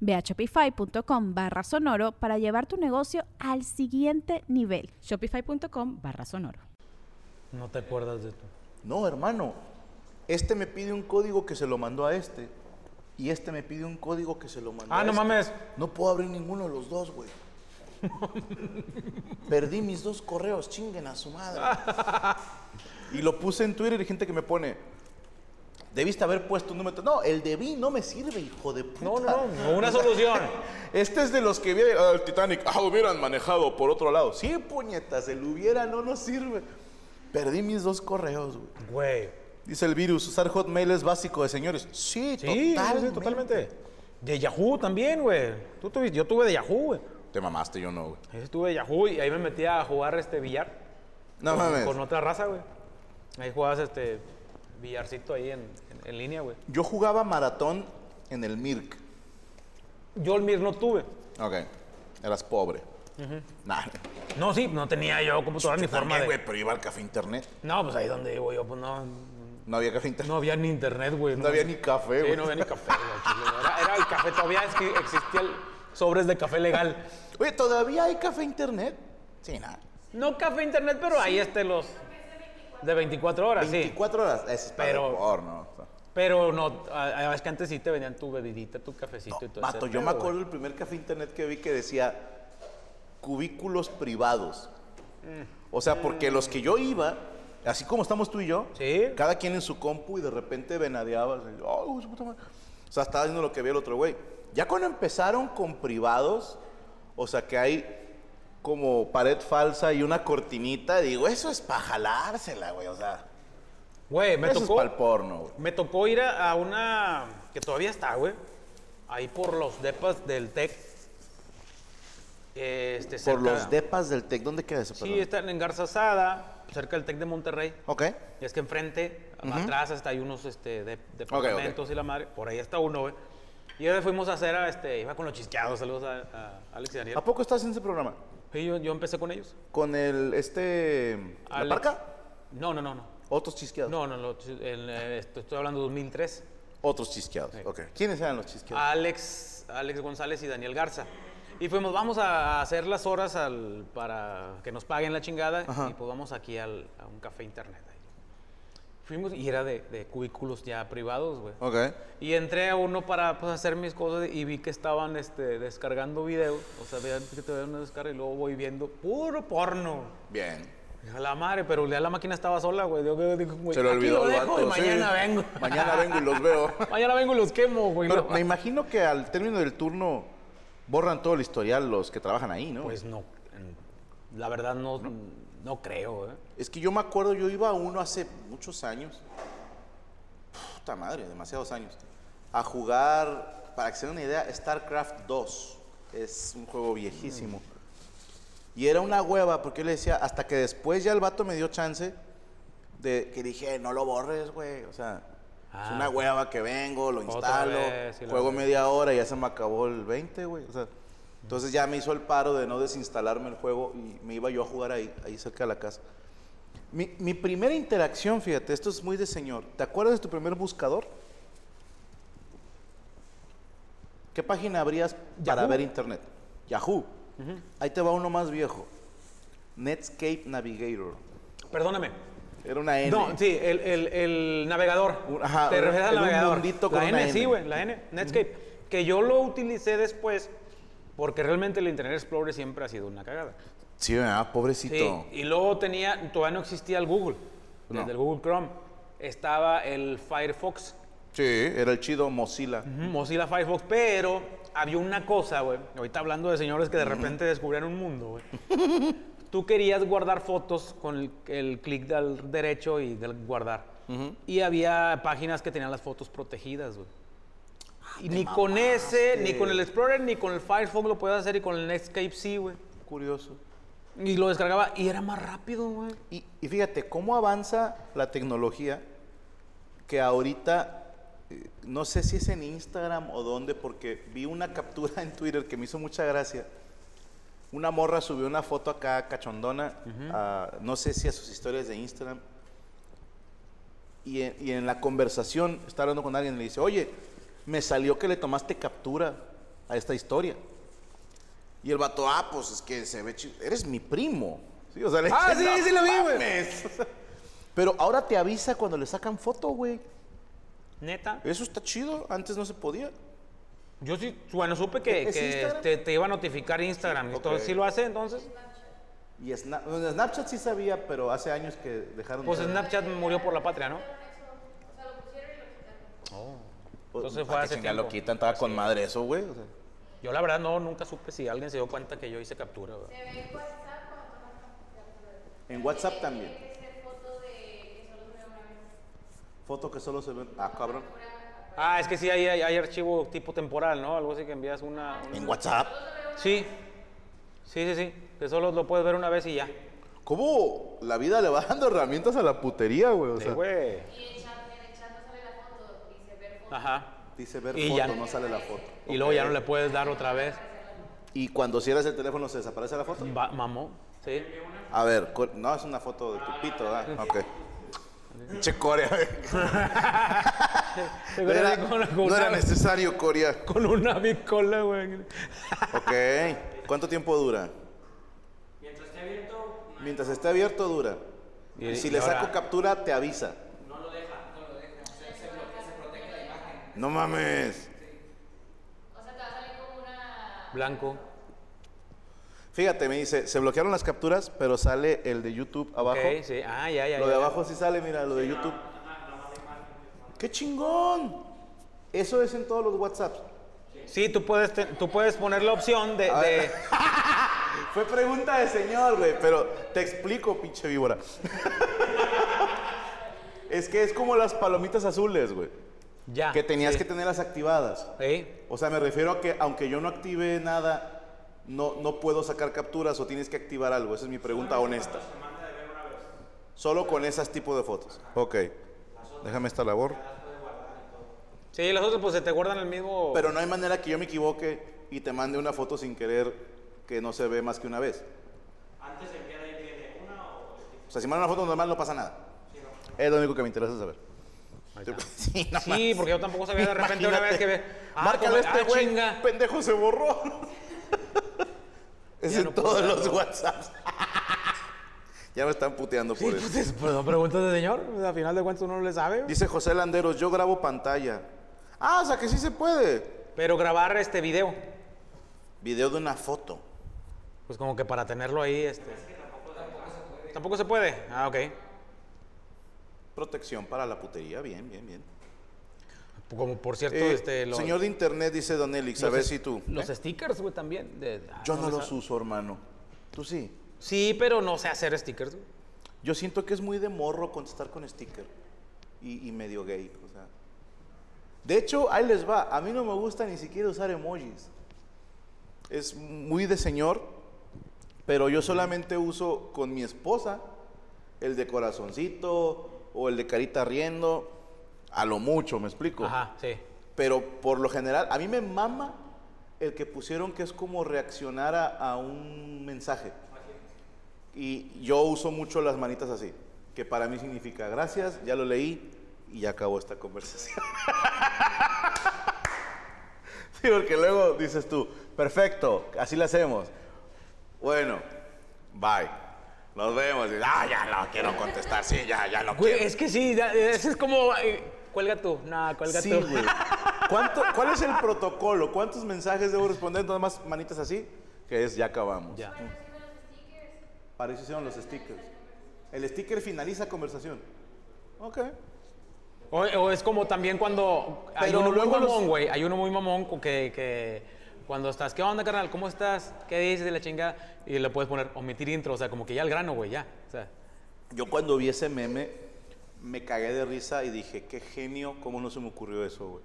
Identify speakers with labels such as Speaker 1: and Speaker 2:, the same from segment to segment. Speaker 1: Ve a shopify.com barra sonoro para llevar tu negocio al siguiente nivel.
Speaker 2: Shopify.com barra sonoro.
Speaker 3: No te acuerdas de tú.
Speaker 4: No, hermano. Este me pide un código que se lo mandó a este. Y este me pide un código que se lo mandó
Speaker 3: Ah,
Speaker 4: a
Speaker 3: no
Speaker 4: este.
Speaker 3: mames.
Speaker 4: No puedo abrir ninguno de los dos, güey. Perdí mis dos correos, chinguen a su madre. y lo puse en Twitter y gente que me pone. Debiste haber puesto un número. No, el debí no me sirve, hijo de puta.
Speaker 3: No, no, no. Una solución.
Speaker 4: Este es de los que viene al Titanic. Ah, hubieran manejado por otro lado. Sí, puñetas, el hubiera no nos sirve. Perdí mis dos correos, güey.
Speaker 3: Güey.
Speaker 4: Dice el virus, usar Hotmail es básico de señores. Sí,
Speaker 3: Sí,
Speaker 4: totalmente.
Speaker 3: totalmente. totalmente. De Yahoo también, güey. Tú tuviste- yo tuve de Yahoo, güey.
Speaker 4: Te mamaste, yo no, güey.
Speaker 3: Ahí estuve de Yahoo y ahí me metí a jugar este billar.
Speaker 4: No
Speaker 3: con,
Speaker 4: mames.
Speaker 3: Con otra raza, güey. Ahí jugabas este billarcito ahí en, en- en línea, güey.
Speaker 4: Yo jugaba maratón en el Mirk.
Speaker 3: Yo el Mir no tuve.
Speaker 4: Ok. Eras pobre. Nah.
Speaker 3: No, sí, no tenía yo computadora ni
Speaker 4: Yo
Speaker 3: forma
Speaker 4: también, güey,
Speaker 3: de...
Speaker 4: pero iba al café internet.
Speaker 3: No, pues ahí donde vivo yo, pues no,
Speaker 4: No había café internet.
Speaker 3: no había ni internet, güey.
Speaker 4: No, había ni café, güey.
Speaker 3: Sí, no había ni café, güey, chile. Era, era el café, todavía es que existía el sobres de café legal.
Speaker 4: Oye, ¿todavía hay café internet? Sí, nada.
Speaker 3: No café internet, pero ahí este los... De 24 horas, Ah, sí.
Speaker 4: 24 horas. Eso es para
Speaker 3: Pero-
Speaker 4: el porno. o sea.
Speaker 3: Pero no, a- a- es que antes sí te vendían tu bebidita, tu cafecito y todo
Speaker 4: Mato,
Speaker 3: ese
Speaker 4: yo me
Speaker 3: pedo, güey.
Speaker 4: acuerdo el primer café internet que vi que decía cubículos privados.
Speaker 3: Mm.
Speaker 4: O sea, porque los que yo iba, así como estamos tú y yo,
Speaker 3: Sí.
Speaker 4: cada quien en su compu y de repente venadeaba. así, "Ay, güey, su puta madre". O sea, estaba viendo lo que había el otro güey. Ya cuando empezaron con privados, o sea, que hay como pared falsa y una cortinita, digo, eso es para jalársela, güey. O sea,
Speaker 3: Güey, me
Speaker 4: eso es
Speaker 3: tocó...
Speaker 4: para el porno, güey.
Speaker 3: Me tocó ir a, a una que todavía está, güey. Ahí por los depas del TEC. Este,
Speaker 4: Por
Speaker 3: cerca-
Speaker 4: los depas del TEC, ¿dónde queda eso?
Speaker 3: Sí,
Speaker 4: perdón?
Speaker 3: están en Garzasada, cerca del TEC de Monterrey.
Speaker 4: Ok.
Speaker 3: Y es que enfrente, atrás, hasta hay unos este, de, departamentos y la madre. Por ahí está uno, güey. Y ahora fuimos a hacer, a, este, iba con los chisqueados, saludos a, a Alex y Daniel.
Speaker 4: ¿A poco estás en ese programa?
Speaker 3: Y yo, yo empecé con ellos.
Speaker 4: Con el, este,
Speaker 3: Alex-
Speaker 4: ¿la parca?
Speaker 3: No, no, no, no.
Speaker 4: Otros chisqueados.
Speaker 3: No, no, lo- el, eh, esto- estoy hablando de 2003.
Speaker 4: Otros chisqueados, ok. ¿Quiénes eran los chisqueados?
Speaker 3: Ah. Alex, Alex González y Daniel Garza. Y fuimos, vamos a hacer las horas al- para que nos paguen la chingada y pues vamos aquí al- a un café internet. ahí. Fuimos y era de, de cubículos ya privados, güey.
Speaker 4: Ok.
Speaker 3: Y entré a uno para pues, hacer mis cosas y vi que estaban este, descargando video. O sea, vean que te una descarga y luego voy viendo puro porno.
Speaker 4: Bien.
Speaker 3: Dije, A la madre, pero ya la máquina estaba sola, güey. Yo que digo, güey,
Speaker 4: Se lo
Speaker 3: aquí
Speaker 4: olvidó
Speaker 3: lo
Speaker 4: al
Speaker 3: dejo y
Speaker 4: vato, sí.
Speaker 3: mañana vengo.
Speaker 4: Mañana vengo y los veo.
Speaker 3: mañana vengo y los quemo, güey.
Speaker 4: Pero
Speaker 3: No.
Speaker 4: me imagino que al término del turno borran todo el historial los que trabajan ahí, ¿no?
Speaker 3: Pues no, en- la verdad no, no, creo. ¿eh?
Speaker 4: Es que yo me acuerdo, yo iba a uno hace muchos años, puta madre, demasiados años, a jugar, para que se den una idea, StarCraft 2. Es un juego viejísimo. Y era una hueva, porque yo le decía, hasta que después ya el vato me dio chance de que dije, no lo borres, güey. O sea, es
Speaker 3: Ah.
Speaker 4: una hueva que vengo, lo
Speaker 3: Otra
Speaker 4: instalo,
Speaker 3: vez, y la
Speaker 4: juego
Speaker 3: vez.
Speaker 4: media hora y ya se me acabó el 20, güey. O sea, entonces ya me hizo el paro de no desinstalarme el juego y me iba yo a jugar ahí, ahí cerca de la casa. Mi, mi primera interacción, fíjate, esto es muy de señor. ¿Te acuerdas de tu primer buscador? ¿Qué página abrías para
Speaker 3: Yahoo.
Speaker 4: ver internet? Yahoo. Ahí te va uno más viejo. Netscape Navigator.
Speaker 3: Perdóname.
Speaker 4: Era una N.
Speaker 3: No, sí, el, el, el navegador.
Speaker 4: Un- ajá,
Speaker 3: Te refieres al
Speaker 4: era un
Speaker 3: navegador.
Speaker 4: mundito con
Speaker 3: la
Speaker 4: una
Speaker 3: N, sí,
Speaker 4: N.
Speaker 3: güey, la N, Netscape. Que yo lo utilicé después porque realmente el Internet Explorer siempre ha sido una cagada.
Speaker 4: Sí, ¿verdad? Pobrecito.
Speaker 3: Sí, y luego tenía, todavía no existía el Google,
Speaker 4: No.
Speaker 3: desde el Google Chrome. Estaba el Firefox,
Speaker 4: Sí, era el chido Mozilla.
Speaker 3: Mozilla Firefox, pero había una cosa, güey. Ahorita hablando de señores que de repente descubrieron un mundo, güey. Tú querías guardar fotos con el, el clic del derecho y del guardar. Y había páginas que tenían las fotos protegidas, güey.
Speaker 4: Ah,
Speaker 3: Y ni con ese, ni con el Explorer, ni con el Firefox lo podías hacer y con el Netscape sí, güey.
Speaker 4: Curioso.
Speaker 3: Y lo descargaba y era más rápido, güey.
Speaker 4: Y, y fíjate, ¿cómo avanza la tecnología que ahorita, eh, no sé si es en Instagram o dónde, porque vi una captura en Twitter que me hizo mucha gracia. Una morra subió una foto acá cachondona, a- no sé si a sus historias de Instagram. Y en, y en la conversación está hablando con alguien y le dice, oye, me salió que le tomaste captura a esta historia. Y el vato, ah, pues es que se ve chido. Eres mi primo. Sí, o sea, le
Speaker 3: Ah,
Speaker 4: dice,
Speaker 3: sí,
Speaker 4: "No
Speaker 3: sí lo vi, güey".
Speaker 4: mames. Pero ahora te avisa cuando le sacan foto, güey.
Speaker 3: Neta.
Speaker 4: Eso está chido. Antes no se podía.
Speaker 3: Yo sí, bueno, supe que,
Speaker 4: ¿E-, ¿Es
Speaker 3: que
Speaker 4: Instagram?
Speaker 3: te, te iba a notificar Instagram.
Speaker 4: Sí,
Speaker 3: Entonces,
Speaker 4: ok.
Speaker 3: ¿sí lo hace entonces?
Speaker 4: Y Sna- bueno, Snapchat sí sabía, pero hace años que dejaron. de
Speaker 3: Pues
Speaker 4: hacer-
Speaker 3: Snapchat murió por la patria, ¿no?
Speaker 4: Pues,
Speaker 3: entonces
Speaker 4: ¿pa'
Speaker 3: fue
Speaker 4: qué
Speaker 3: hace
Speaker 4: chingada lo
Speaker 3: tiempo.
Speaker 4: quitan, estaba con madre eso, güey. O sea,
Speaker 3: Yo la verdad no, nunca supe si alguien se dio cuenta que yo hice captura. güey.
Speaker 4: en WhatsApp también. Foto que solo se ven. Ah, cabrón.
Speaker 3: Ah, es que sí, hay, hay, hay archivo tipo temporal, ¿no? Algo así que envías una... una-
Speaker 4: En WhatsApp.
Speaker 3: Sí, sí, sí, sí. Que solo lo puedes ver una vez y ya.
Speaker 4: ¿Cómo la vida le va dando herramientas a la putería, güey? O
Speaker 3: Sí,
Speaker 4: sea,
Speaker 3: güey. Ajá.
Speaker 4: dice ver
Speaker 3: Y
Speaker 4: foto,
Speaker 3: ya.
Speaker 4: no sale la foto.
Speaker 3: Y luego ya no le puedes dar otra vez.
Speaker 4: Y cuando cierras el teléfono, ¿se desaparece la foto?
Speaker 3: Va- mamó, sí.
Speaker 4: A ver, cu- no, es una foto de tu pito, ¿verdad? Ok. Che, Corea. No era,
Speaker 3: con, con
Speaker 4: no era
Speaker 3: una,
Speaker 4: necesario, Corea.
Speaker 3: con una bicola, güey.
Speaker 4: Ok. ¿Cuánto tiempo dura? Mientras esté abierto. Mientras esté abierto, dura.
Speaker 3: Y-
Speaker 4: Y si
Speaker 3: y
Speaker 4: le saco
Speaker 3: ahora-
Speaker 4: captura, te avisa. No lo deja, no lo deja. Se, protege la imagen. No mames.
Speaker 3: Blanco.
Speaker 4: Fíjate, me dice, se bloquearon las capturas, pero sale el de YouTube abajo.
Speaker 3: Ok, sí. Ah, ya, ya.
Speaker 4: Lo
Speaker 3: ya,
Speaker 4: de
Speaker 3: ya.
Speaker 4: abajo sí sale, mira, lo de YouTube. ¡Qué chingón! Eso es en todos los WhatsApps.
Speaker 3: Sí, tú puedes, te- tú puedes poner la opción de...
Speaker 4: A ver.
Speaker 3: de-
Speaker 4: Fue pregunta de señor, güey, pero te explico, pinche víbora. es que es como las palomitas azules, güey,
Speaker 3: ya.
Speaker 4: que tenías
Speaker 3: Ah, sí.
Speaker 4: que tenerlas activadas.
Speaker 3: Sí.
Speaker 4: O sea, me refiero a que aunque yo no active nada, no, no puedo sacar capturas o tienes que activar algo. Esa es mi pregunta honesta. Solo con esas tipo de fotos. Ok. Déjame esta labor.
Speaker 3: Sí, las otras pues se te guardan el mismo.
Speaker 4: Pero no hay manera que yo me equivoque y te mande una foto sin querer que no se ve más que una vez. Antes de enviar ahí viene una o... sea, si manda una foto normal no pasa nada. Es lo único que me interesa saber. Sí, no
Speaker 3: sí,
Speaker 4: más.
Speaker 3: porque yo tampoco sabía de repente una vez que ve. Ah, como-
Speaker 4: Márcale a este
Speaker 3: ah,
Speaker 4: güey,
Speaker 3: chinga.
Speaker 4: pendejo se borró. es
Speaker 3: Ya
Speaker 4: en
Speaker 3: no puedo
Speaker 4: todos
Speaker 3: verlo.
Speaker 4: los WhatsApps. ya me están puteando por eso.
Speaker 3: Pues, pues, no preguntas de señor, pues, al final de cuentas uno no le sabe.
Speaker 4: Dice José Landeros, yo grabo pantalla. Ah, o sea que sí se puede.
Speaker 3: Pero grabar este video,
Speaker 4: Video de una foto.
Speaker 3: pues como que para tenerlo ahí, este. Tampoco se puede. Ah, ok.
Speaker 4: Protección para la putería, bien, bien, bien.
Speaker 3: Como por cierto,
Speaker 4: Eh,
Speaker 3: este. Los,
Speaker 4: Señor de internet, dice Don Elix, a
Speaker 3: los
Speaker 4: ver
Speaker 3: es-
Speaker 4: si tú.
Speaker 3: Los
Speaker 4: ¿Eh?
Speaker 3: stickers, güey, también. de- ah,
Speaker 4: Yo no
Speaker 3: me
Speaker 4: los
Speaker 3: sabe.
Speaker 4: uso, hermano. Tú sí.
Speaker 3: Sí, pero no sé hacer stickers. güey.
Speaker 4: Yo siento que es muy de morro contestar con sticker y, y medio gay. o sea. De hecho, ahí les va. A mí no me gusta ni siquiera usar emojis. Es muy de señor, pero yo solamente uso con mi esposa el de corazoncito o el de carita riendo. A lo mucho, me explico.
Speaker 3: Ajá, sí.
Speaker 4: Pero por lo general, a mí me mama el que pusieron que es como reaccionar a, a un mensaje. Y yo uso mucho las manitas así, que para mí significa gracias, ya lo leí y ya acabó esta conversación. sí, porque luego dices tú, perfecto, así lo hacemos. Bueno, bye. Nos vemos. Y, ah, ya no quiero contestar, sí, ya, ya lo
Speaker 3: Güey,
Speaker 4: quiero.
Speaker 3: es que sí, ya, ese es como. eh, cuelga tú. No, cuelga
Speaker 4: Sí,
Speaker 3: tú.
Speaker 4: güey. ¿Cuánto- ¿Cuál es el protocolo? ¿Cuántos mensajes debo responder? Nada más manitas así, que es ya acabamos.
Speaker 3: Ya.
Speaker 4: Sí, Para eso hicieron los stickers. El sticker finaliza conversación. Ok.
Speaker 3: O, o es como también cuando hay
Speaker 4: Pero
Speaker 3: uno muy
Speaker 4: luego los-
Speaker 3: mamón, güey. Hay uno muy mamón con que, que cuando estás, ¿qué onda, carnal? ¿Cómo estás? ¿Qué dices de la chingada? Y le puedes poner omitir intro, o sea, como que ya al grano, güey, ya. O sea,
Speaker 4: Yo cuando vi ese meme, me cagué de risa y dije, qué genio, cómo no se me ocurrió eso, güey.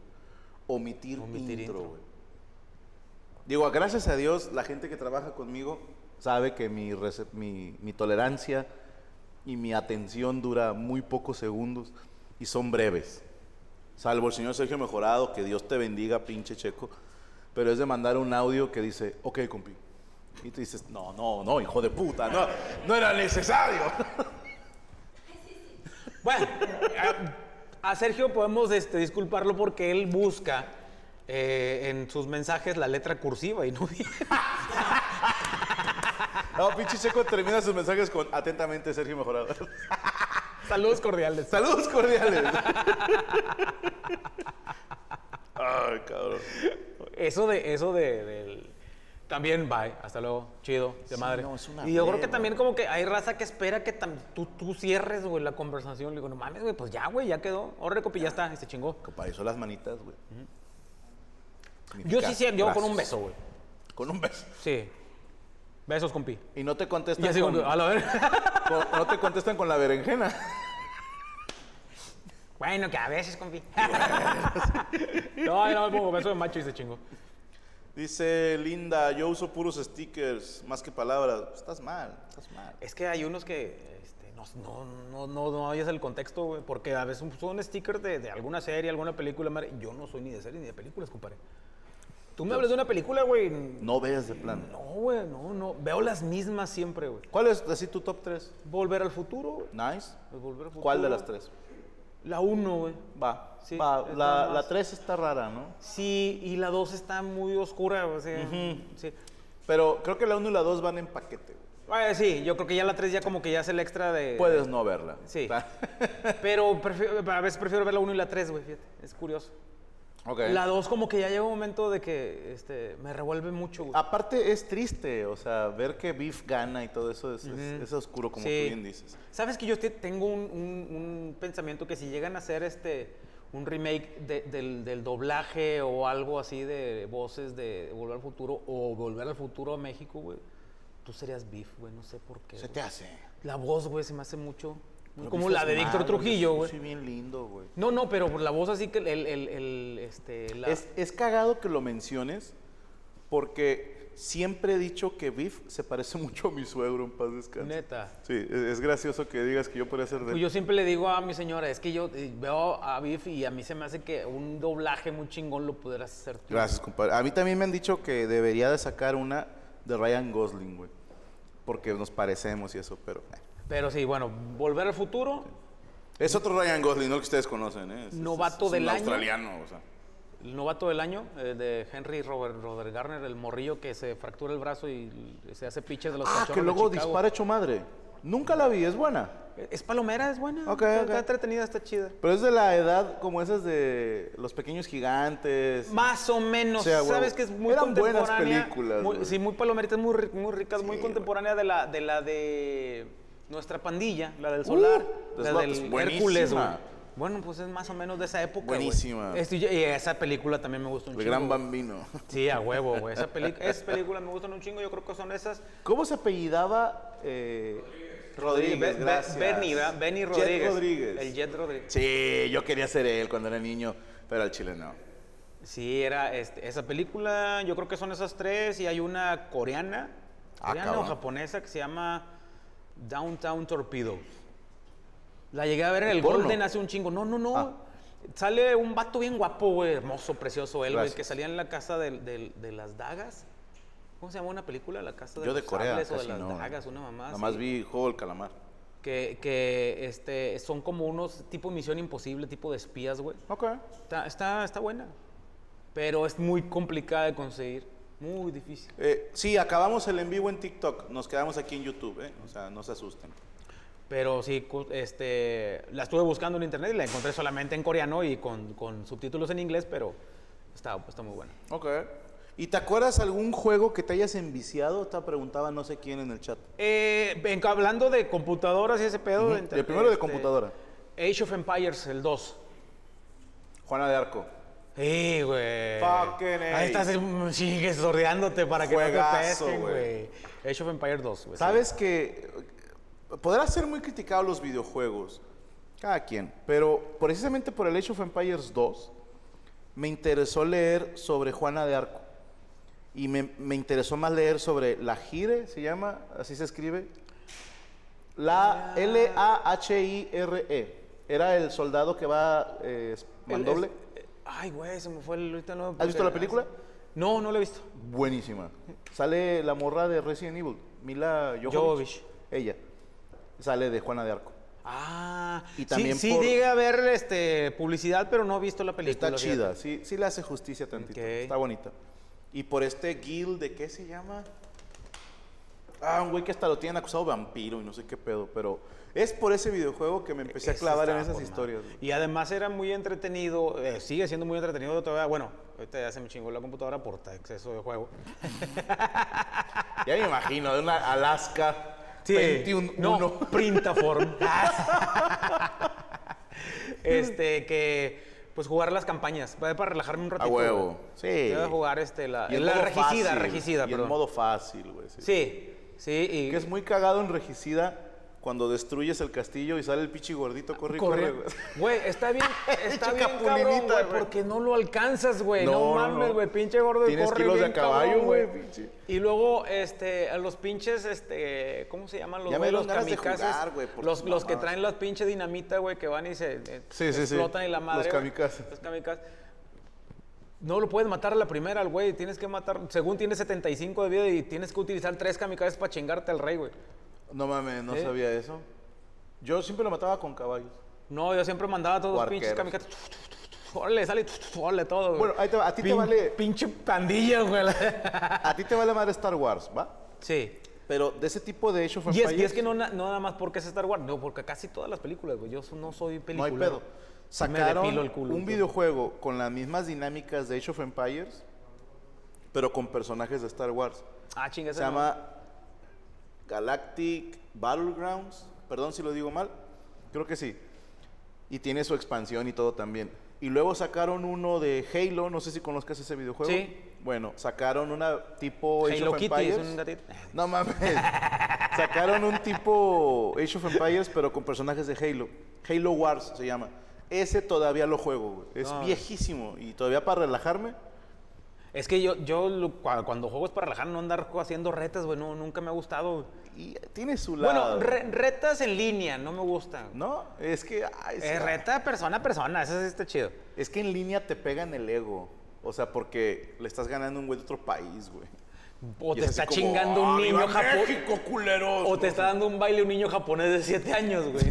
Speaker 4: Omitir,
Speaker 3: Omitir
Speaker 4: intro,
Speaker 3: intro.
Speaker 4: güey. Digo, gracias a Dios, la gente que trabaja conmigo sabe que mi, rece- mi- mi tolerancia y mi atención dura muy pocos segundos y son breves. Salvo el señor Sergio Mejorado, que Dios te bendiga, pinche checo. Pero es de mandar un audio que dice, ok, compi. Y tú dices, no, no, no, hijo de puta, no, no era necesario.
Speaker 3: Bueno, a, a Sergio podemos este, disculparlo porque él busca eh, en sus mensajes la letra cursiva y no
Speaker 4: No, pinche Checo termina sus mensajes con atentamente Sergio Mejorado.
Speaker 3: Saludos cordiales.
Speaker 4: Saludos cordiales. Ay, cabrón.
Speaker 3: Eso de, eso de, del- también, bye, hasta luego, chido, de
Speaker 4: Sí,
Speaker 3: madre.
Speaker 4: no, es una
Speaker 3: y yo creo que
Speaker 4: hueva,
Speaker 3: también
Speaker 4: güey.
Speaker 3: como que hay raza que espera que tam- tú, tú cierres, güey, la conversación. Le digo, no mames, güey, pues ya, güey, ya quedó. Ahora recopi, ya está, y se chingó.
Speaker 4: Para eso las manitas, güey.
Speaker 3: Yo sí cierro, yo con
Speaker 4: Brazos.
Speaker 3: un beso, güey.
Speaker 4: Con un beso.
Speaker 3: Sí. Besos, compi.
Speaker 4: Y no te
Speaker 3: Y
Speaker 4: contestan
Speaker 3: así
Speaker 4: con,
Speaker 3: como, que, a la ver.
Speaker 4: con- no te contestan con la berenjena.
Speaker 3: Bueno, que a veces, compi. no, yo no me pongo beso de macho y se chingó.
Speaker 4: Dice Linda, yo uso puros stickers, más que palabras. Estás mal, estás mal.
Speaker 3: Es que hay unos que este, no, no, no, no, no oyes el contexto, güey, porque a veces son stickers de, de alguna serie, alguna película. madre. Yo no soy ni de series ni de películas, compadre. Tú me hablas de una película, güey. No,
Speaker 4: No veas de plano.
Speaker 3: güey, no, no. Veo las mismas siempre, güey.
Speaker 4: ¿Cuál es así tu top 3?
Speaker 3: Volver al futuro, güey.
Speaker 4: Nice.
Speaker 3: Pues Volver al futuro.
Speaker 4: ¿Cuál de las tres?
Speaker 3: La uno, güey.
Speaker 4: Va.
Speaker 3: Sí,
Speaker 4: va.
Speaker 3: está
Speaker 4: La,
Speaker 3: más.
Speaker 4: la tres está rara, ¿no?
Speaker 3: Sí, y la dos está muy oscura, o sea, sí.
Speaker 4: Pero creo que la 1 y la 2 van en paquete. güey.
Speaker 3: Ay, sí, yo creo que ya la tres ya como que ya es el extra de...
Speaker 4: Puedes no verla.
Speaker 3: Sí.
Speaker 4: Ta-
Speaker 3: Pero prefi- a veces prefiero ver la 1 y la 3, güey, fíjate. Es curioso.
Speaker 4: ok.
Speaker 3: La 2 como que ya llega un momento de que este, me revuelve mucho, güey.
Speaker 4: Aparte es triste, o sea, ver que Beef gana y todo eso es, es- es oscuro, como
Speaker 3: Sí.
Speaker 4: tú bien dices.
Speaker 3: Sabes que yo te- tengo un, un- un pensamiento que si llegan a hacer este un remake de- del, del doblaje o algo así de voces de Volver al Futuro o Volver al Futuro a México, güey, tú serías beef, güey, no sé por qué.
Speaker 4: Se
Speaker 3: güey.
Speaker 4: te hace.
Speaker 3: La voz, güey, se me hace mucho.
Speaker 4: Pero
Speaker 3: como
Speaker 4: Beef
Speaker 3: la
Speaker 4: es
Speaker 3: de Víctor
Speaker 4: malo, yo
Speaker 3: Trujillo,
Speaker 4: soy-
Speaker 3: güey.
Speaker 4: Soy bien lindo, güey.
Speaker 3: No, no, pero por la voz así que el, el- el- este, la-
Speaker 4: Es, es cagado que lo menciones porque siempre he dicho que Beef se parece mucho a mi suegro en paz descanse.
Speaker 3: neta.
Speaker 4: Sí, es, es gracioso que digas que yo podría ser de...
Speaker 3: Pues yo siempre le digo a mi señora, es que yo eh, veo a Biff y a mí se me hace que un doblaje muy chingón lo pudieras hacer tú.
Speaker 4: Gracias, compadre. A mí también me han dicho que debería de sacar una de Ryan Gosling, güey. Porque nos parecemos y eso, pero... eh.
Speaker 3: Pero sí, bueno, volver al futuro,
Speaker 4: Es otro Ryan Gosling, no el que ustedes conocen, ¿eh? Es- es-
Speaker 3: Novato
Speaker 4: es un
Speaker 3: del año.
Speaker 4: australiano, o sea.
Speaker 3: el novato del año eh, de Henry Robert, Robert Garner, el morrillo que se fractura el brazo y se hace pinches de los
Speaker 4: Ah,
Speaker 3: cachorros
Speaker 4: que
Speaker 3: de
Speaker 4: luego
Speaker 3: Chicago.
Speaker 4: dispara hecho madre. Nunca la vi, es buena.
Speaker 3: Es palomera, es buena.
Speaker 4: Ok,
Speaker 3: está,
Speaker 4: ok.
Speaker 3: está entretenida, está chida.
Speaker 4: Pero es de la edad como esas de los pequeños gigantes.
Speaker 3: Más o menos,
Speaker 4: Sí, a huevo.
Speaker 3: sabes que es muy
Speaker 4: Eran buenas
Speaker 3: contemporánea.
Speaker 4: películas,
Speaker 3: muy-
Speaker 4: güey.
Speaker 3: sí, muy palomerita, muy, ri- muy ricas, muy
Speaker 4: Sí,
Speaker 3: contemporánea de la de la de nuestra pandilla, la del
Speaker 4: Uh,
Speaker 3: solar,
Speaker 4: de
Speaker 3: la
Speaker 4: Slot,
Speaker 3: del
Speaker 4: es buenísima.
Speaker 3: Hércules, güey. Bueno, pues es más o menos de esa época. güey.
Speaker 4: Buenísima.
Speaker 3: Este, y esa película también me gusta un
Speaker 4: El
Speaker 3: chingo.
Speaker 4: gran
Speaker 3: güey.
Speaker 4: bambino.
Speaker 3: Sí, a huevo, güey. Esa peli- esas películas me gustan un chingo, yo creo que son esas.
Speaker 4: ¿Cómo se apellidaba? eh, Rodríguez,
Speaker 3: Be- Be-
Speaker 4: gracias.
Speaker 3: Benny, ¿verdad? Benny
Speaker 4: Jet
Speaker 3: Rodríguez.
Speaker 4: Rodríguez.
Speaker 3: El Jet Rodríguez.
Speaker 4: Sí, yo quería ser él cuando era niño, pero al chile no.
Speaker 3: Sí, era este, esa película, yo creo que son esas tres y hay una coreana,
Speaker 4: Ah,
Speaker 3: coreana o
Speaker 4: cabrón.
Speaker 3: japonesa que se llama Downtown Torpedoes. La llegué a ver en el
Speaker 4: porno?
Speaker 3: Golden hace un chingo. No, no, no.
Speaker 4: Ah.
Speaker 3: Sale un vato bien guapo, güey, hermoso, precioso, él, güey,
Speaker 4: Gracias.
Speaker 3: que salía en la casa del- del- de, las dagas. ¿Cómo se llama una película? La casa de
Speaker 4: Yo
Speaker 3: los
Speaker 4: de Corea.
Speaker 3: sables o de
Speaker 4: casi
Speaker 3: las
Speaker 4: no. ¿eh?
Speaker 3: dagas, una mamá.
Speaker 4: Nada
Speaker 3: así.
Speaker 4: más vi Juego del Calamar.
Speaker 3: Que, que, este, son como unos tipo Misión Imposible, tipo de espías, güey.
Speaker 4: Ok.
Speaker 3: Está, está, está buena, pero es muy complicada de conseguir, muy difícil.
Speaker 4: Eh, sí, acabamos el en vivo en TikTok. Nos quedamos aquí en YouTube, ¿eh? O sea, no se asusten.
Speaker 3: Pero sí, cu- este, la estuve buscando en internet y la encontré solamente en coreano y con, con subtítulos en inglés, pero está, está muy buena.
Speaker 4: Ok. ¿Y te acuerdas algún juego que te hayas enviciado? Te preguntaba no sé quién en el chat.
Speaker 3: Eh, en- hablando de computadoras y ese pedo.
Speaker 4: Ujú,
Speaker 3: entre-
Speaker 4: el primero de
Speaker 3: este,
Speaker 4: computadora.
Speaker 3: Age of Empires, el 2.
Speaker 4: Juana de Arco.
Speaker 3: Sí, güey.
Speaker 4: Fucking A.
Speaker 3: Ahí estás, mm, sigues sordeándote para que
Speaker 4: Juegazo,
Speaker 3: no te pesquen,
Speaker 4: güey.
Speaker 3: güey. Age of Empires 2, güey.
Speaker 4: Sabes que eh, podrá ser muy criticado los videojuegos, cada quien, pero precisamente por el Age of Empires 2 me interesó leer sobre Juana de Arco. Y me, me interesó más leer sobre la Jire, se llama, así se escribe.
Speaker 3: Ah.
Speaker 4: La L-A-H-I-R-E. E. Era el soldado que va eh,
Speaker 3: El-
Speaker 4: mandoble.
Speaker 3: es- ay, güey, se me fue el ahorita no.
Speaker 4: ¿Has visto la película?
Speaker 3: No, no la he visto.
Speaker 4: Buenísima. Sale la morra de Resident Evil, Mila Jovovich.
Speaker 3: Jovovich.
Speaker 4: Ella. Sale de Juana de Arco.
Speaker 3: Ah,
Speaker 4: Y
Speaker 3: y también
Speaker 4: también
Speaker 3: sí,
Speaker 4: por-
Speaker 3: llega a ver este, publicidad, pero no he visto la película.
Speaker 4: Está
Speaker 3: fíjate.
Speaker 4: chida, sí, sí le hace justicia tantito.
Speaker 3: Ok.
Speaker 4: Está bonita. Y por este Gil, ¿de qué se llama? Ah, un güey que hasta lo tienen acusado de vampiro y no sé qué pedo, pero es por ese videojuego que me empecé a
Speaker 3: Ese
Speaker 4: clavar en
Speaker 3: estaba
Speaker 4: esas
Speaker 3: con madre.
Speaker 4: historias. güey.
Speaker 3: Y además era muy entretenido, eh, sigue siendo muy entretenido todavía. Bueno, ahorita ya se me chingó la computadora por ta- exceso de juego.
Speaker 4: Ya me imagino, de una Alaska.
Speaker 3: Sí,
Speaker 4: 21
Speaker 3: no, Printaform. este, que pues jugar las campañas, para, para relajarme un ratito.
Speaker 4: huevo,
Speaker 3: güey.
Speaker 4: sí.
Speaker 3: Yo Voy a jugar este, la,
Speaker 4: en
Speaker 3: la
Speaker 4: modo
Speaker 3: regicida,
Speaker 4: fácil,
Speaker 3: regicida,
Speaker 4: Y en
Speaker 3: perdón.
Speaker 4: modo fácil, güey. sí.
Speaker 3: Sí, sí, y
Speaker 4: Este, Que es muy cagado en regicida cuando destruyes el castillo y sale el pichi gordito, corre, y corre.
Speaker 3: Corre.
Speaker 4: güey.
Speaker 3: Güey, está bien, está
Speaker 4: Chica
Speaker 3: bien cabrón,
Speaker 4: pulinita,
Speaker 3: güey,
Speaker 4: güey.
Speaker 3: porque no lo alcanzas, güey.
Speaker 4: No,
Speaker 3: No,
Speaker 4: no, no.
Speaker 3: mames, güey, pinche gordo. y
Speaker 4: Tienes
Speaker 3: corre
Speaker 4: kilos de
Speaker 3: bien
Speaker 4: caballo,
Speaker 3: cabrón,
Speaker 4: güey, pinche.
Speaker 3: Y luego, este, a los pinches, este, ¿cómo se llaman los
Speaker 4: Ya
Speaker 3: güey?
Speaker 4: me dieron
Speaker 3: Los
Speaker 4: ganas de
Speaker 3: kamikazes.
Speaker 4: jugar, güey, por
Speaker 3: los,
Speaker 4: tus
Speaker 3: los que
Speaker 4: mamadas.
Speaker 3: traen las pinches dinamita, güey, que van y se eh,
Speaker 4: Sí, sí, sí.
Speaker 3: explotan y la
Speaker 4: Los
Speaker 3: madre. güey.
Speaker 4: kamikazes.
Speaker 3: Los kamikazes. No lo puedes matar a la primera, al güey. Tienes que matar. Según tienes 75 de vida y tienes que utilizar tres kamikazes para chingarte al rey, güey.
Speaker 4: No mames, no
Speaker 3: ¿Eh?
Speaker 4: sabía eso. Yo siempre lo mataba con caballos.
Speaker 3: No, yo siempre mandaba a todos
Speaker 4: O
Speaker 3: los pinches
Speaker 4: arqueros.
Speaker 3: kamikazes. Órale, sale, órale, todo. güey.
Speaker 4: Bueno, ahí te va, a ti te
Speaker 3: Pin-
Speaker 4: vale-
Speaker 3: Pinche pandilla, güey.
Speaker 4: A ti te vale madre Star Wars, ¿va?
Speaker 3: Sí.
Speaker 4: Pero de ese tipo de hecho
Speaker 3: Y es, y es que
Speaker 4: Pues,
Speaker 3: no, na- no nada más porque es Star Wars, no, porque casi todas las películas, güey. Yo so- no soy
Speaker 4: no
Speaker 3: película.
Speaker 4: hay pedo.
Speaker 3: Me
Speaker 4: Sacaron
Speaker 3: depilo el culo.
Speaker 4: un videojuego con las mismas dinámicas de Age of Empires, pero con personajes de Star Wars.
Speaker 3: Ah, chinga, ese
Speaker 4: Se
Speaker 3: no.
Speaker 4: llama Galactic Battlegrounds. Perdón si lo digo mal. Creo que sí. Y tiene su expansión y todo también. Y luego sacaron uno de Halo. No sé si conozcas ese videojuego.
Speaker 3: Sí.
Speaker 4: Bueno, sacaron una tipo Age
Speaker 3: Halo
Speaker 4: of
Speaker 3: Kitty,
Speaker 4: Empires.
Speaker 3: es un gatito.
Speaker 4: No mames. sacaron un tipo Age of Empires, pero con personajes de Halo. Halo Wars se llama. Ese todavía lo juego, güey. Es
Speaker 3: No.
Speaker 4: viejísimo. Y todavía para relajarme,
Speaker 3: Es que yo, yo lo- cua- cuando juego es para relajar, no andar haciendo retas, güey. No, nunca me ha gustado. güey.
Speaker 4: y tiene su lado.
Speaker 3: Bueno, re- retas en línea, no me gustan.
Speaker 4: No, es que. ay, sí.
Speaker 3: Eh, reta persona a persona, eso sí está chido.
Speaker 4: Es que en línea te pegan el ego. O sea, porque le estás ganando a un güey de otro país, güey.
Speaker 3: O
Speaker 4: Y
Speaker 3: te
Speaker 4: es así
Speaker 3: está
Speaker 4: como,
Speaker 3: chingando un
Speaker 4: "¡Arriba
Speaker 3: niño japonés.
Speaker 4: México, culeros!
Speaker 3: O te está dando un baile un niño japonés de 7 años, güey.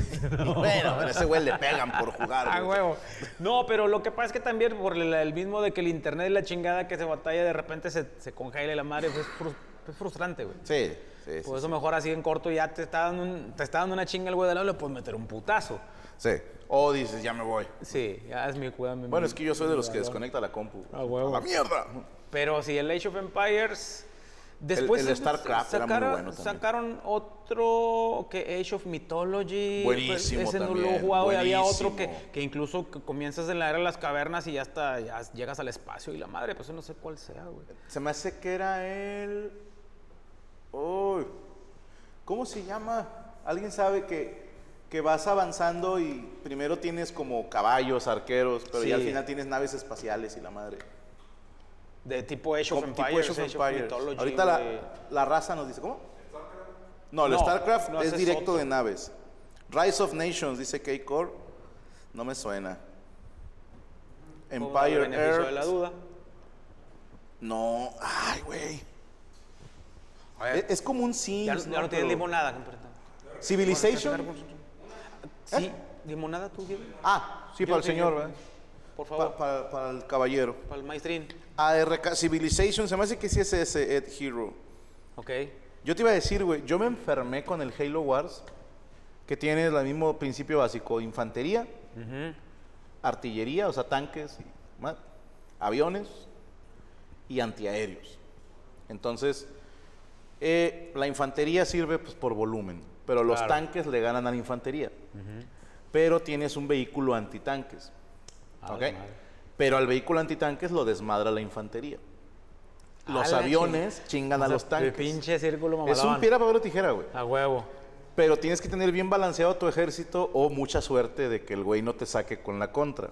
Speaker 4: Bueno, pero a ese güey le pegan por jugar.
Speaker 3: Ah,
Speaker 4: güey.
Speaker 3: huevo. No, pero lo que pasa es que también por el, el mismo de que el internet y la chingada que se batalla de repente se, se congela y la madre, pues, es, frus- es frustrante, güey.
Speaker 4: Sí, sí, sí.
Speaker 3: Por eso mejor así en corto ya te está dando, un- te está dando una chinga el güey de lado, le puedes meter un putazo.
Speaker 4: sí. O dices, ya me voy.
Speaker 3: Sí, ya es mi cuidado.
Speaker 4: Bueno, es que yo soy de los que desconecta la compu.
Speaker 3: Ah, huevo.
Speaker 4: ¡A la mierda!
Speaker 3: Pero sí, el Age of Empires. Después
Speaker 4: El- el StarCraft era muy bueno también.
Speaker 3: sacaron otro que Age of Mythology. pues,
Speaker 4: Buenísimo
Speaker 3: Ese no lo he
Speaker 4: también,
Speaker 3: jugado y había otro que,
Speaker 4: buenísimo.
Speaker 3: que incluso que comienzas en la era de las cavernas y ya hasta ya llegas al espacio y la madre, pues yo no sé cuál sea, güey.
Speaker 4: Se me hace que era el. Uy. ¿Cómo se llama? ¿Alguien sabe que, que vas avanzando y primero tienes como caballos, arqueros, pero ya al
Speaker 3: Sí.
Speaker 4: final tienes naves espaciales y la madre?
Speaker 3: De tipo Age of
Speaker 4: Como tipo
Speaker 3: Empires,
Speaker 4: Age of
Speaker 3: Age of
Speaker 4: Empires.
Speaker 3: Mythology.
Speaker 4: Ahorita
Speaker 3: güey.
Speaker 4: la, la raza nos dice, ¿cómo? No, el
Speaker 3: No,
Speaker 4: StarCraft
Speaker 3: no,
Speaker 4: es
Speaker 3: ese es
Speaker 4: directo
Speaker 3: otro.
Speaker 4: de naves. Rise of Nations, dice K-Core. No me suena.
Speaker 3: Como
Speaker 4: Empire
Speaker 3: beneficio de la
Speaker 4: Earth.
Speaker 3: duda.
Speaker 4: No, ay, güey. Es, es como un Sims.
Speaker 3: Ya, no- ya no
Speaker 4: Pero-
Speaker 3: tienes limonada, compadre.
Speaker 4: Civilization.
Speaker 3: Sí, limonada tú, Diego?
Speaker 4: Ah, sí,
Speaker 3: Yo
Speaker 4: para el
Speaker 3: sí,
Speaker 4: señor,
Speaker 3: yo-
Speaker 4: ¿verdad?
Speaker 3: Por favor,
Speaker 4: Pa- para, para el caballero.
Speaker 3: para el maestrín.
Speaker 4: ARK Civilization, se me hace que sí es ese Ed Hero.
Speaker 3: Ok.
Speaker 4: Yo te iba a decir, güey, yo me enfermé con el Halo Wars, que tiene el mismo principio básico, infantería, artillería, o sea, tanques, y ma- aviones, y antiaéreos. Entonces, eh, la infantería sirve pues, por volumen, pero los
Speaker 3: Claro.
Speaker 4: tanques le ganan a la infantería. Pero tienes un vehículo antitanques.
Speaker 3: Ah,
Speaker 4: ¿ok?
Speaker 3: la madre.
Speaker 4: Pero al vehículo antitanques lo desmadra la infantería.
Speaker 3: A
Speaker 4: Los
Speaker 3: la
Speaker 4: aviones
Speaker 3: ching-
Speaker 4: chingan
Speaker 3: O
Speaker 4: a
Speaker 3: sea,
Speaker 4: los tanques.
Speaker 3: El pinche círculo mamalón.
Speaker 4: es un piedra, papel o tijera, güey.
Speaker 3: A huevo.
Speaker 4: Pero tienes que tener bien balanceado tu ejército o mucha suerte de que el güey no te saque con la contra.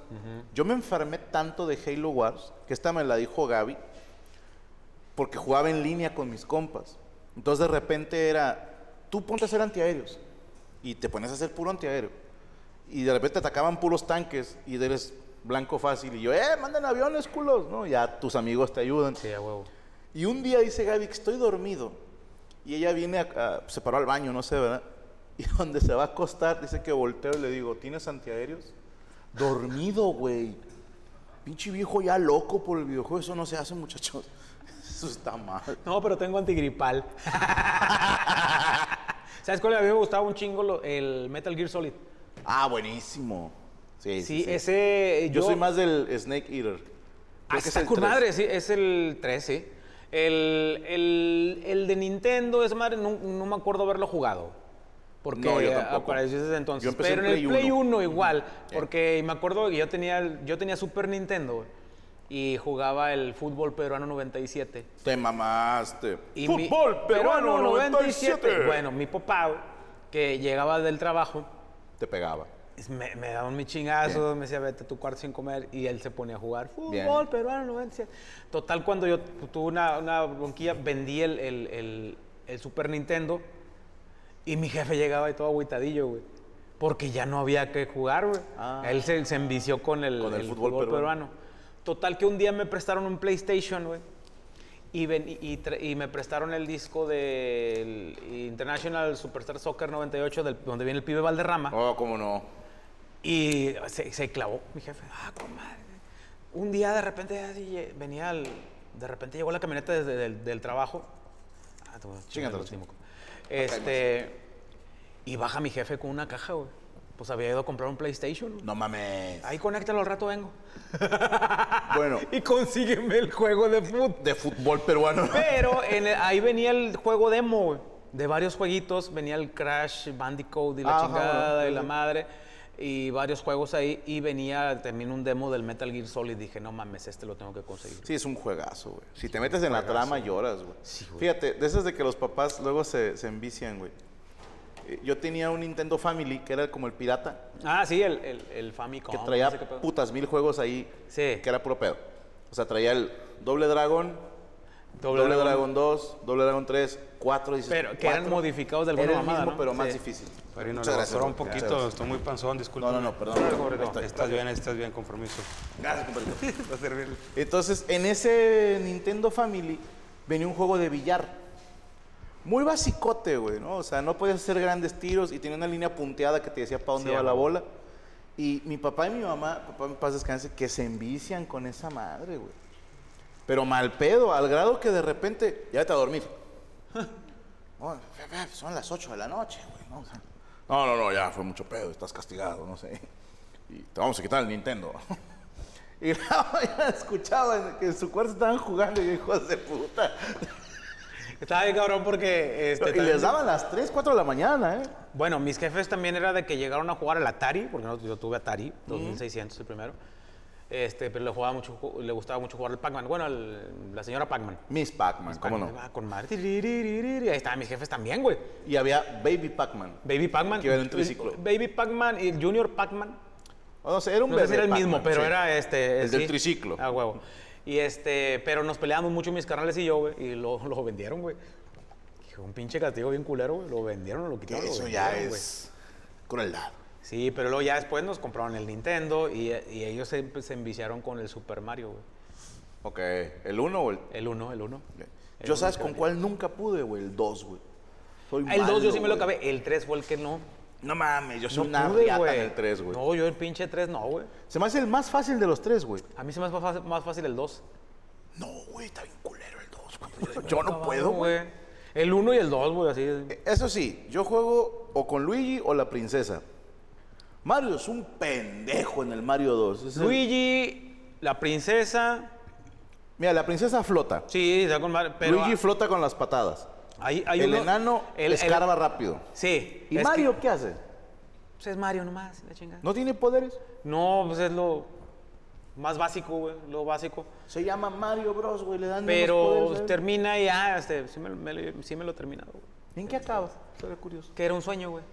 Speaker 4: Yo me enfermé tanto de Halo Wars, que esta me la dijo Gaby, porque jugaba en línea con mis compas. Entonces de repente era, tú ponte a hacer antiaéreos. Y te pones a hacer puro antiaéreo. Y de repente te atacaban puros tanques y eres blanco fácil. Y yo, eh, manden aviones, culos. No, ya tus amigos te ayudan.
Speaker 3: Sí, a huevo.
Speaker 4: Y un día dice Gaby que estoy dormido. Y ella viene, a- a- se paró al baño, no sé, ¿verdad? Y donde se va a acostar, dice que volteo y le digo, ¿tienes antiaéreos? Dormido, güey. Pinche viejo ya loco por el videojuego. Eso no se hace, muchachos. Eso está mal.
Speaker 3: No, pero tengo antigripal. ¿Sabes cuál? A mí me gustaba un chingo lo- el Metal Gear Solid.
Speaker 4: Ah, buenísimo.
Speaker 3: Sí,
Speaker 4: Sí, sí, sí.
Speaker 3: ese.
Speaker 4: Yo soy más del Snake Eater. Creo
Speaker 3: Ah,
Speaker 4: que es
Speaker 3: está
Speaker 4: el
Speaker 3: con
Speaker 4: tres.
Speaker 3: madre, sí, es el 3, sí. El, el- el de Nintendo, es madre, no, no me acuerdo haberlo jugado. Porque
Speaker 4: No, yo
Speaker 3: eh,
Speaker 4: tampoco.
Speaker 3: apareció desde entonces.
Speaker 4: Yo empecé
Speaker 3: Pero
Speaker 4: en
Speaker 3: en el
Speaker 4: Play
Speaker 3: Play 1,
Speaker 4: uno. Eh.
Speaker 3: igual.
Speaker 4: Ya.
Speaker 3: Porque me acuerdo que yo tenía, el- yo tenía Super Nintendo güey, y jugaba el fútbol peruano 97.
Speaker 4: Te mamaste.
Speaker 3: Y mi-
Speaker 4: Fútbol peruano 97.
Speaker 3: Bueno, mi papá, güey, que llegaba del trabajo,
Speaker 4: Te pegaba.
Speaker 3: es- Me, me daban mis chingazos, me decía, vete a tu cuarto sin comer, y él se ponía a jugar fútbol
Speaker 4: Bien.
Speaker 3: peruano, 97. Total, cuando yo tu- tuve una, una bronquilla, vendí el, el- el- el Super Nintendo, y mi jefe llegaba y todo agüitadillo, güey. Porque ya no había que jugar, güey.
Speaker 4: Ah.
Speaker 3: Él se, se envició con el,
Speaker 4: Con el fútbol peruano.
Speaker 3: Total, que un día me prestaron un PlayStation, güey. Y, ven- y- y tra- y me prestaron el disco del International Superstar Soccer 98, del- donde viene el pibe Valderrama.
Speaker 4: Oh, cómo no.
Speaker 3: Y se, se clavó mi jefe. Ah, comadre. Un día de repente así, eh, venía al- De repente llegó la camioneta desde del, del trabajo. Ah, tú,
Speaker 4: Chíngate
Speaker 3: el
Speaker 4: los
Speaker 3: último. Este. Y baja mi jefe con una caja, güey. Pues había ido a comprar un PlayStation. güey.
Speaker 4: No mames.
Speaker 3: Ahí conéctalo al rato vengo.
Speaker 4: Bueno,
Speaker 3: Y consígueme el juego de fútbol.
Speaker 4: de fútbol peruano.
Speaker 3: Pero en el- ahí venía el juego demo, güey, De varios jueguitos. Venía el Crash, Bandicoot y la
Speaker 4: Ajá,
Speaker 3: chingada
Speaker 4: bueno,
Speaker 3: y la
Speaker 4: sí.
Speaker 3: madre. Y varios juegos ahí. Y venía también un demo del Metal Gear Solid. Dije, no mames, este lo tengo que conseguir.
Speaker 4: Sí, es un juegazo, güey. Si te metes en la trama, lloras, güey.
Speaker 3: Sí, güey.
Speaker 4: Fíjate, de esas de que los papás luego se, se envician, güey. Eh, Yo tenía un Nintendo Family que era como el pirata,
Speaker 3: Ah, sí, el, el, el Famicom.
Speaker 4: que
Speaker 3: no sé qué
Speaker 4: traía
Speaker 3: pedo.
Speaker 4: putas mil juegos ahí,
Speaker 3: Sí.
Speaker 4: que era puro pedo. O sea, traía el Doble Dragon,
Speaker 3: Doble
Speaker 4: Doble,
Speaker 3: Dragon.
Speaker 4: Dragon 2, Doble Dragon 3, 4, dices,
Speaker 3: Pero que eran
Speaker 4: cuatro.
Speaker 3: modificados de
Speaker 4: Era
Speaker 3: alguna
Speaker 4: el
Speaker 3: mamada,
Speaker 4: mismo,
Speaker 3: ¿no?
Speaker 4: pero más
Speaker 3: Sí.
Speaker 4: difícil.
Speaker 5: Padrino,
Speaker 4: Muchas
Speaker 5: le
Speaker 4: gracias.
Speaker 5: bajaron un
Speaker 4: güey.
Speaker 5: poquito,
Speaker 4: Gracias.
Speaker 5: estoy muy panzón, disculpa.
Speaker 4: No, no, no, perdón. Ahí está, ahí está.
Speaker 5: Estás bien, estás bien, compromiso.
Speaker 4: Gracias, compadrito.
Speaker 5: Va a servirle.
Speaker 4: Entonces, en ese Nintendo Family venía un juego de billar. Muy basicote, güey, ¿no? O sea, no podías hacer grandes tiros y tenía una línea punteada que te decía para dónde
Speaker 3: Sí,
Speaker 4: va
Speaker 3: a
Speaker 4: la
Speaker 3: huevo.
Speaker 4: bola. Y mi papá y mi mamá, papá en paz descanse, que se envician con esa madre, güey. Pero mal pedo, al grado que de repente, ya vete a dormir. No, fe- fe- pues son las 8 de la noche, güey. ¿no? O sea, no, no, no, ya fue mucho pedo, estás castigado, no sé. Y te vamos a quitar el Nintendo. Y la ya escuchaba en- que en su cuarto estaban jugando y hijos de puta.
Speaker 3: Estaba bien cabrón porque... Este,
Speaker 4: y
Speaker 3: también-
Speaker 4: les daban las 3, 4 de la mañana, ¿eh?
Speaker 3: Bueno, mis jefes también era de que llegaron a jugar al Atari, porque no- yo tuve Atari, 2600 el primero. Este, pero le, jugaba mucho, ju- le gustaba mucho jugar al Pac-Man. Bueno, al- la señora Pac-Man.
Speaker 4: Miss Pac-Man, ¿cómo no?
Speaker 3: Ah, Con madre. Tiriririririr. Ahí estaban mis jefes también, güey.
Speaker 4: Y había Baby Pac-Man.
Speaker 3: Baby Pac-Man.
Speaker 4: Que iba en un triciclo.
Speaker 3: Baby Pac-man y el Junior Pac-Man.
Speaker 4: O no sé, era un
Speaker 3: No sé si era
Speaker 4: bebé
Speaker 3: el mismo,
Speaker 4: Pac-Man,
Speaker 3: pero
Speaker 4: sí.
Speaker 3: era este.
Speaker 4: El del
Speaker 3: sí.
Speaker 4: triciclo.
Speaker 3: Ah, huevo. Y este, pero nos peleábamos mucho mis carnales y yo, güey, y lo, lo vendieron, güey. Dije, Un pinche castigo bien culero, güey. Lo vendieron, lo
Speaker 4: Que
Speaker 3: quitaron. lo
Speaker 4: eso ya
Speaker 3: vendieron, güey.
Speaker 4: es crueldad.
Speaker 3: Sí, pero luego ya después nos compraron el Nintendo y, y ellos se, pues, se enviciaron con el Super Mario, güey.
Speaker 4: Ok, ¿el 1 o el...?
Speaker 3: El 1, el 1.
Speaker 4: Yo sabes con cuál nunca pude, güey, el 2, güey. Soy
Speaker 3: El 2 yo
Speaker 4: malo,
Speaker 3: sí me lo
Speaker 4: güey.
Speaker 3: acabé, el 3 fue el que no.
Speaker 4: No mames, yo soy
Speaker 3: No
Speaker 4: una
Speaker 3: pude,
Speaker 4: riata
Speaker 3: güey.
Speaker 4: en el 3, güey.
Speaker 3: No, yo el pinche 3 no, güey.
Speaker 4: Se me hace el más fácil de los tres, güey.
Speaker 3: A mí se me hace más fácil, más fácil el 2.
Speaker 4: No, güey, está bien culero el 2, güey. Yo no puedo, güey. Eh,
Speaker 3: El 1 y el 2, güey, así.
Speaker 4: Eso sí, yo juego o con Luigi o la princesa. Mario es un pendejo en el Mario 2. Es el-
Speaker 3: Luigi, la princesa,
Speaker 4: Mira, la princesa flota.
Speaker 3: Sí, está con madre, pero
Speaker 4: Luigi flota con las patadas.
Speaker 3: hay, hay
Speaker 4: el
Speaker 3: uno-
Speaker 4: enano
Speaker 3: el- el-
Speaker 4: escarba rápido.
Speaker 3: Sí.
Speaker 4: ¿Y
Speaker 3: es
Speaker 4: Mario
Speaker 3: que-
Speaker 4: qué hace?
Speaker 3: pues es Mario nomás, la chingada.
Speaker 4: ¿No tiene poderes?
Speaker 3: No, pues es lo más básico, güey, lo básico.
Speaker 4: Se llama Mario Bros, güey, le dan unos
Speaker 3: Pero
Speaker 4: poderes, ¿sabes?
Speaker 3: termina y ah, este, sí me, lo- me lo- sí me lo he terminado, güey.
Speaker 4: ¿En qué acaba? Seré curioso.
Speaker 3: Que era un sueño, güey.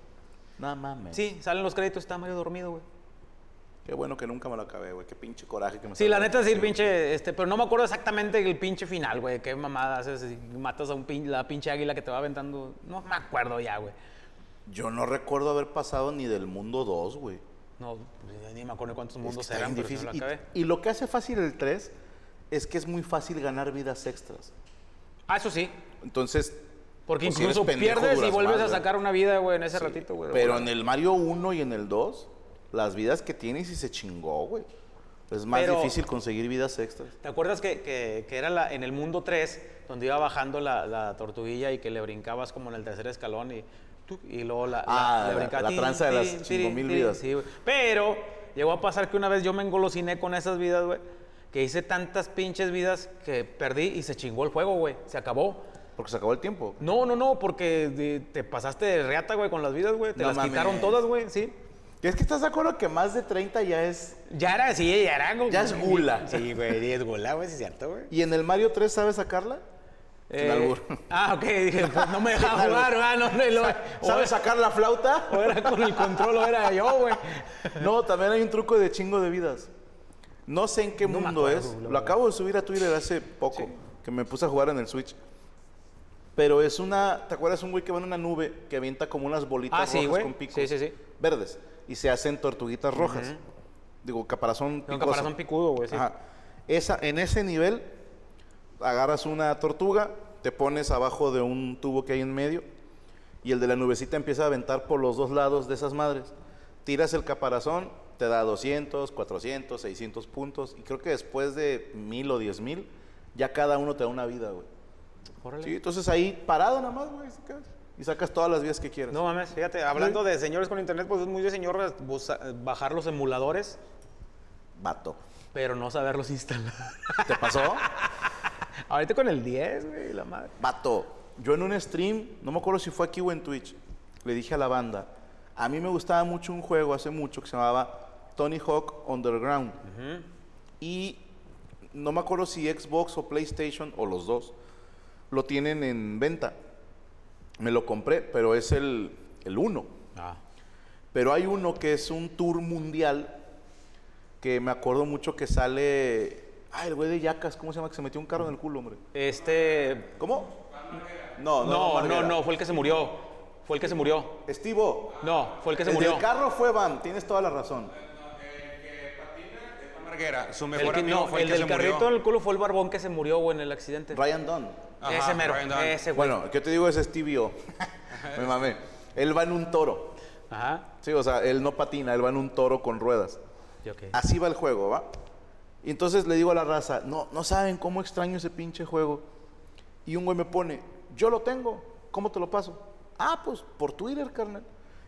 Speaker 4: No mames.
Speaker 3: Sí, salen los créditos, está Mario dormido, güey.
Speaker 4: Qué bueno que nunca me lo acabé, güey. Qué pinche coraje que me
Speaker 3: Sí,
Speaker 4: salió.
Speaker 3: la neta sí, el pinche, este, pero no me acuerdo exactamente el pinche final, güey. Qué mamada haces, si matas a un pin, la pinche águila que te va aventando. No me acuerdo ya, güey.
Speaker 4: Yo no recuerdo haber pasado ni del mundo 2, güey.
Speaker 3: No, pues, ni me acuerdo cuántos
Speaker 4: Es que
Speaker 3: mundos
Speaker 4: está
Speaker 3: eran,
Speaker 4: bien
Speaker 3: pero sí me
Speaker 4: difícil.
Speaker 3: lo acabé.
Speaker 4: Y, y lo que hace fácil el 3 es que es muy fácil ganar vidas extras.
Speaker 3: Ah, eso sí.
Speaker 4: Entonces.
Speaker 3: Porque
Speaker 4: pues, si eres
Speaker 3: incluso
Speaker 4: pendejo,
Speaker 3: pierdes y
Speaker 4: duras
Speaker 3: vuelves
Speaker 4: más,
Speaker 3: a
Speaker 4: güey.
Speaker 3: sacar una vida, güey, en ese ratito, güey.
Speaker 4: Pero en el Mario 1 y en el 2, las vidas que tienes y se chingó, güey. Es más
Speaker 3: Pero-
Speaker 4: difícil conseguir vidas extras.
Speaker 3: ¿Te acuerdas que, que- que era la, en el mundo 3 donde iba bajando la, la tortuguilla y que le brincabas como en el tercer escalón y, tuc, y luego la, la-
Speaker 4: Ah,
Speaker 3: le
Speaker 4: la-
Speaker 3: brincaba,
Speaker 4: la
Speaker 3: tin,
Speaker 4: tranza de las
Speaker 3: tin, tin,
Speaker 4: 5000 vidas.
Speaker 3: sí, güey. Pero llegó a pasar que una vez yo me engolosiné con esas vidas, güey, que hice tantas pinches vidas que perdí y se chingó el juego, güey. Se acabó.
Speaker 4: Porque se acabó el tiempo.
Speaker 3: No, no, no, porque de- te pasaste de reata, güey, con las vidas, güey. Te
Speaker 4: No
Speaker 3: las
Speaker 4: mames.
Speaker 3: quitaron todas, güey, sí.
Speaker 4: Y es que estás de acuerdo que más de 30 ya es.
Speaker 3: Ya era, sí, ya era. güey.
Speaker 4: Ya es gula.
Speaker 3: Sí, güey, ya es gula, güey, sí es cierto, güey.
Speaker 4: ¿Y en el Mario 3 sabes sacarla? Sin
Speaker 3: Eh,
Speaker 4: albur.
Speaker 3: Ah, ok, dije, pues no me dejaba
Speaker 4: Sin
Speaker 3: jugar,
Speaker 4: albur.
Speaker 3: ah, no, no, y luego- o,
Speaker 4: ¿Sabes
Speaker 3: era,
Speaker 4: sacar la flauta?
Speaker 3: o era con el control o era yo, güey.
Speaker 4: No, también hay un truco de chingo de vidas. No sé en qué
Speaker 3: No me
Speaker 4: mundo
Speaker 3: acuerdo,
Speaker 4: es.
Speaker 3: la
Speaker 4: Lo
Speaker 3: verdad.
Speaker 4: acabo de subir a Twitter hace poco, que me puse a jugar en el Switch. Pero es una, ¿te acuerdas un güey que va en una nube que avienta como unas bolitas
Speaker 3: Ah, sí,
Speaker 4: rojas
Speaker 3: güey.
Speaker 4: con picos?
Speaker 3: Sí, sí, sí.
Speaker 4: Verdes y se hacen tortuguitas rojas. Digo, caparazón
Speaker 3: No,
Speaker 4: picoso.
Speaker 3: caparazón picudo, güey, sí.
Speaker 4: Ajá. Esa, en ese nivel agarras una tortuga, te pones abajo de un tubo que hay en medio y el de la nubecita empieza a aventar por los dos lados de esas madres. Tiras el caparazón, te da 200, 400, 600 puntos y creo que después de 1000 o 10000 ya cada uno te da una vida, güey.
Speaker 3: Órale.
Speaker 4: Sí, entonces ahí parado nada más, güey, sacas- y sacas todas las vidas que quieras.
Speaker 3: No mames, fíjate, hablando de señores con internet, pues es muy de señor busa- bajar los emuladores,
Speaker 4: Vato.
Speaker 3: pero no saberlos instalar.
Speaker 4: ¿Te pasó?
Speaker 3: Ahorita con el 10, güey, la madre.
Speaker 4: Vato, yo en un stream, no me acuerdo si fue aquí o en Twitch, le dije a la banda, a mí me gustaba mucho un juego hace mucho que se llamaba Tony Hawk Underground. Y no me acuerdo si Xbox o PlayStation o los dos lo tienen en venta. Me lo compré, pero es el, el uno.
Speaker 3: Ah.
Speaker 4: Pero hay uno que es un tour mundial que me acuerdo mucho que sale... Ah, el güey de Yacas, ¿cómo se llama? Que se metió un carro en el culo, hombre.
Speaker 3: Este.
Speaker 4: ¿Cómo? No,
Speaker 3: No, no,
Speaker 4: Marguera.
Speaker 3: no, fue el que se murió. Fue el que se murió.
Speaker 4: Estivo,
Speaker 3: No, fue el que se
Speaker 4: el
Speaker 3: murió.
Speaker 4: del carro fue Bam, tienes toda la razón.
Speaker 5: Marguera, su
Speaker 3: El
Speaker 5: mejor
Speaker 3: que,
Speaker 5: amigo
Speaker 3: no,
Speaker 5: fue el,
Speaker 3: el
Speaker 5: que
Speaker 3: del
Speaker 5: se
Speaker 3: carrito
Speaker 5: murió.
Speaker 3: en el culo fue el barbón que se murió, güey, en el accidente.
Speaker 4: Ryan Dunn.
Speaker 5: Ajá,
Speaker 3: ese mero,
Speaker 5: Ryan Dunn.
Speaker 3: ese güey.
Speaker 4: Bueno, el que te digo es Stevie O. Me mamé. Él va en un toro.
Speaker 3: Ajá.
Speaker 4: Sí, o sea, él no patina, él va en un toro con ruedas.
Speaker 3: Yo qué.
Speaker 4: Así va el juego, ¿va? Y entonces le digo a la raza, no, no saben cómo extraño ese pinche juego. Y un güey me pone, yo lo tengo, ¿cómo te lo paso? Ah, pues por Twitter, carnal.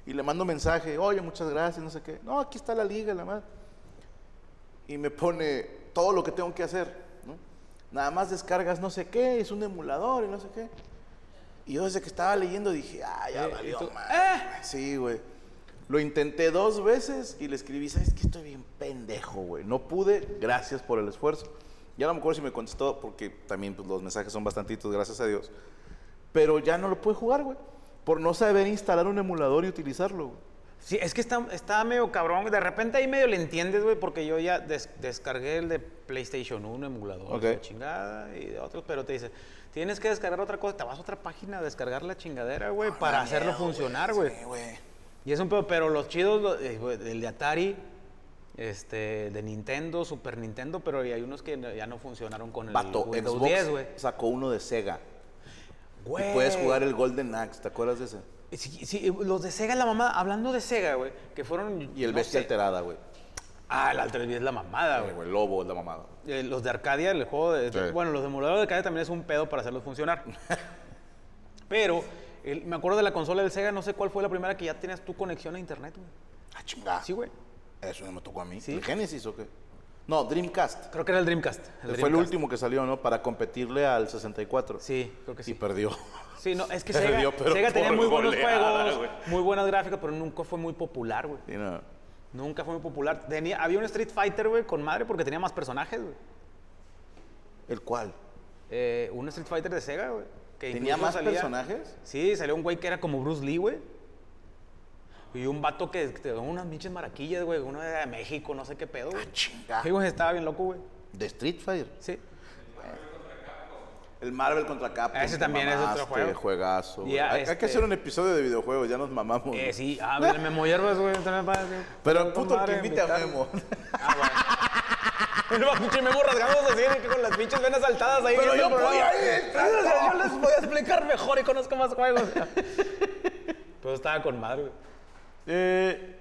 Speaker 4: Y le mando mensaje, oye, muchas gracias, no sé qué. No, aquí está la liga, la madre. Y me pone todo lo que tengo que hacer, ¿no? Nada más descargas no sé qué, es un emulador y no sé qué. Y yo desde que estaba leyendo dije, ah, ya
Speaker 3: Eh,
Speaker 4: valió,
Speaker 3: y tú,
Speaker 4: madre, güey". Sí, güey. Lo intenté dos veces y le escribí, ¿sabes qué? Estoy bien pendejo, güey. No pude, gracias por el esfuerzo. Ya no me acuerdo si me contestó, porque también pues, los mensajes son bastantitos, gracias a Dios. Pero ya no lo pude jugar, güey. Por no saber instalar un emulador y utilizarlo, güey.
Speaker 3: Sí, es que está, está medio cabrón. De repente ahí medio le entiendes, güey, porque yo ya des- descargué el de PlayStation 1, emulador,
Speaker 4: Ok.
Speaker 3: la chingada, y de otros, pero te dice, tienes que descargar otra cosa, te vas a otra página a descargar la chingadera,
Speaker 4: Ah,
Speaker 3: güey, para hacerlo funcionar, güey.
Speaker 4: Sí, güey.
Speaker 3: Y es un pedo, pero los chidos, lo- eh, güey, el de Atari, este, de Nintendo, Super Nintendo, pero hay unos que no- ya no funcionaron con el
Speaker 4: Vato,
Speaker 3: Mm, Windows
Speaker 4: Xbox
Speaker 3: 10, güey.
Speaker 4: sacó uno de Sega.
Speaker 3: Güey.
Speaker 4: Y puedes jugar el Golden Axe, ¿te acuerdas de ese?
Speaker 3: Sí, sí, los de Sega, la mamada, hablando de Sega, güey, que fueron...
Speaker 4: Y el
Speaker 3: no sé.
Speaker 4: Bestia Alterada, güey.
Speaker 3: Ah, el Alter es la mamada, güey.
Speaker 4: El lobo, la mamada.
Speaker 3: Eh, los de Arcadia, el juego de,
Speaker 4: Sí.
Speaker 3: Bueno, los de emuladores de Arcadia también es un pedo para hacerlos funcionar. Pero el- me acuerdo de la consola del Sega, no sé cuál fue la primera que ya tenías tu conexión a internet, güey.
Speaker 4: Ah, chingada.
Speaker 3: Sí, güey.
Speaker 4: Eso no me tocó a mí.
Speaker 3: Sí.
Speaker 4: ¿El Génesis o qué? No, Dreamcast.
Speaker 3: Creo que era el Dreamcast. el
Speaker 4: Fue el
Speaker 3: Dreamcast.
Speaker 4: último que salió, ¿no? Para competirle al 64.
Speaker 3: Sí, creo que
Speaker 4: Y
Speaker 3: sí.
Speaker 4: perdió.
Speaker 3: Sí, no, es que
Speaker 4: Se
Speaker 3: Sega,
Speaker 4: dio, pero
Speaker 3: Sega tenía
Speaker 4: por
Speaker 3: muy buenos
Speaker 4: goleada,
Speaker 3: juegos,
Speaker 4: güey.
Speaker 3: muy buenas gráficas, pero nunca fue muy popular, güey.
Speaker 4: Sí, no.
Speaker 3: Nunca fue muy popular. Tenía, había un Street Fighter, güey, con madre porque tenía más personajes, güey.
Speaker 4: ¿El cual?
Speaker 3: Eh, un Street Fighter de Sega, güey. que
Speaker 4: ¿Tenía
Speaker 3: incluso
Speaker 4: más personajes?
Speaker 3: Sí, salió un güey que era como Bruce Lee, güey. Y un vato que te da unas pinches maraquillas, güey. Uno era de México, no sé qué pedo, güey.
Speaker 4: chinga.
Speaker 3: Sí, güey, estaba bien loco, güey.
Speaker 4: Ah, ¿De Street Fighter?
Speaker 3: Sí.
Speaker 4: El Marvel contra Capcom.
Speaker 3: Ese
Speaker 4: te
Speaker 3: también es otro juego.
Speaker 4: juegazo. güey.
Speaker 3: Ya,
Speaker 4: hay, hay que
Speaker 3: este-
Speaker 4: hacer un episodio de videojuegos, ya nos mamamos.
Speaker 3: Eh,
Speaker 4: güey.
Speaker 3: sí, ah, mira, el Memo Hierbas, güey. también para-
Speaker 4: Pero
Speaker 3: para
Speaker 4: el puto el que
Speaker 3: madre,
Speaker 4: invita a
Speaker 3: invitar-
Speaker 4: Memo.
Speaker 3: Ah, bueno. Y luego pinche Memo rasgados así, de que con las pinches venas saltadas ahí.
Speaker 4: Pero
Speaker 3: viendo
Speaker 4: yo
Speaker 3: el programa.
Speaker 4: podía ir,
Speaker 3: Claro, o sea, Yo les voy a explicar mejor y conozco más juegos. Pero estaba con madre, güey.
Speaker 4: Eh,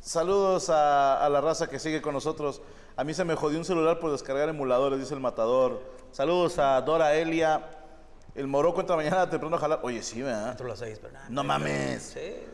Speaker 4: saludos a, a la raza que sigue con nosotros. A mí se me jodió un celular por descargar emuladores, dice el matador. Saludos a Dora Elia. El moroco entra mañana temprano a jalar. Oye, sí, ¿verdad?
Speaker 3: Entro a las seis, pero nada.
Speaker 4: No mames.
Speaker 3: Sí.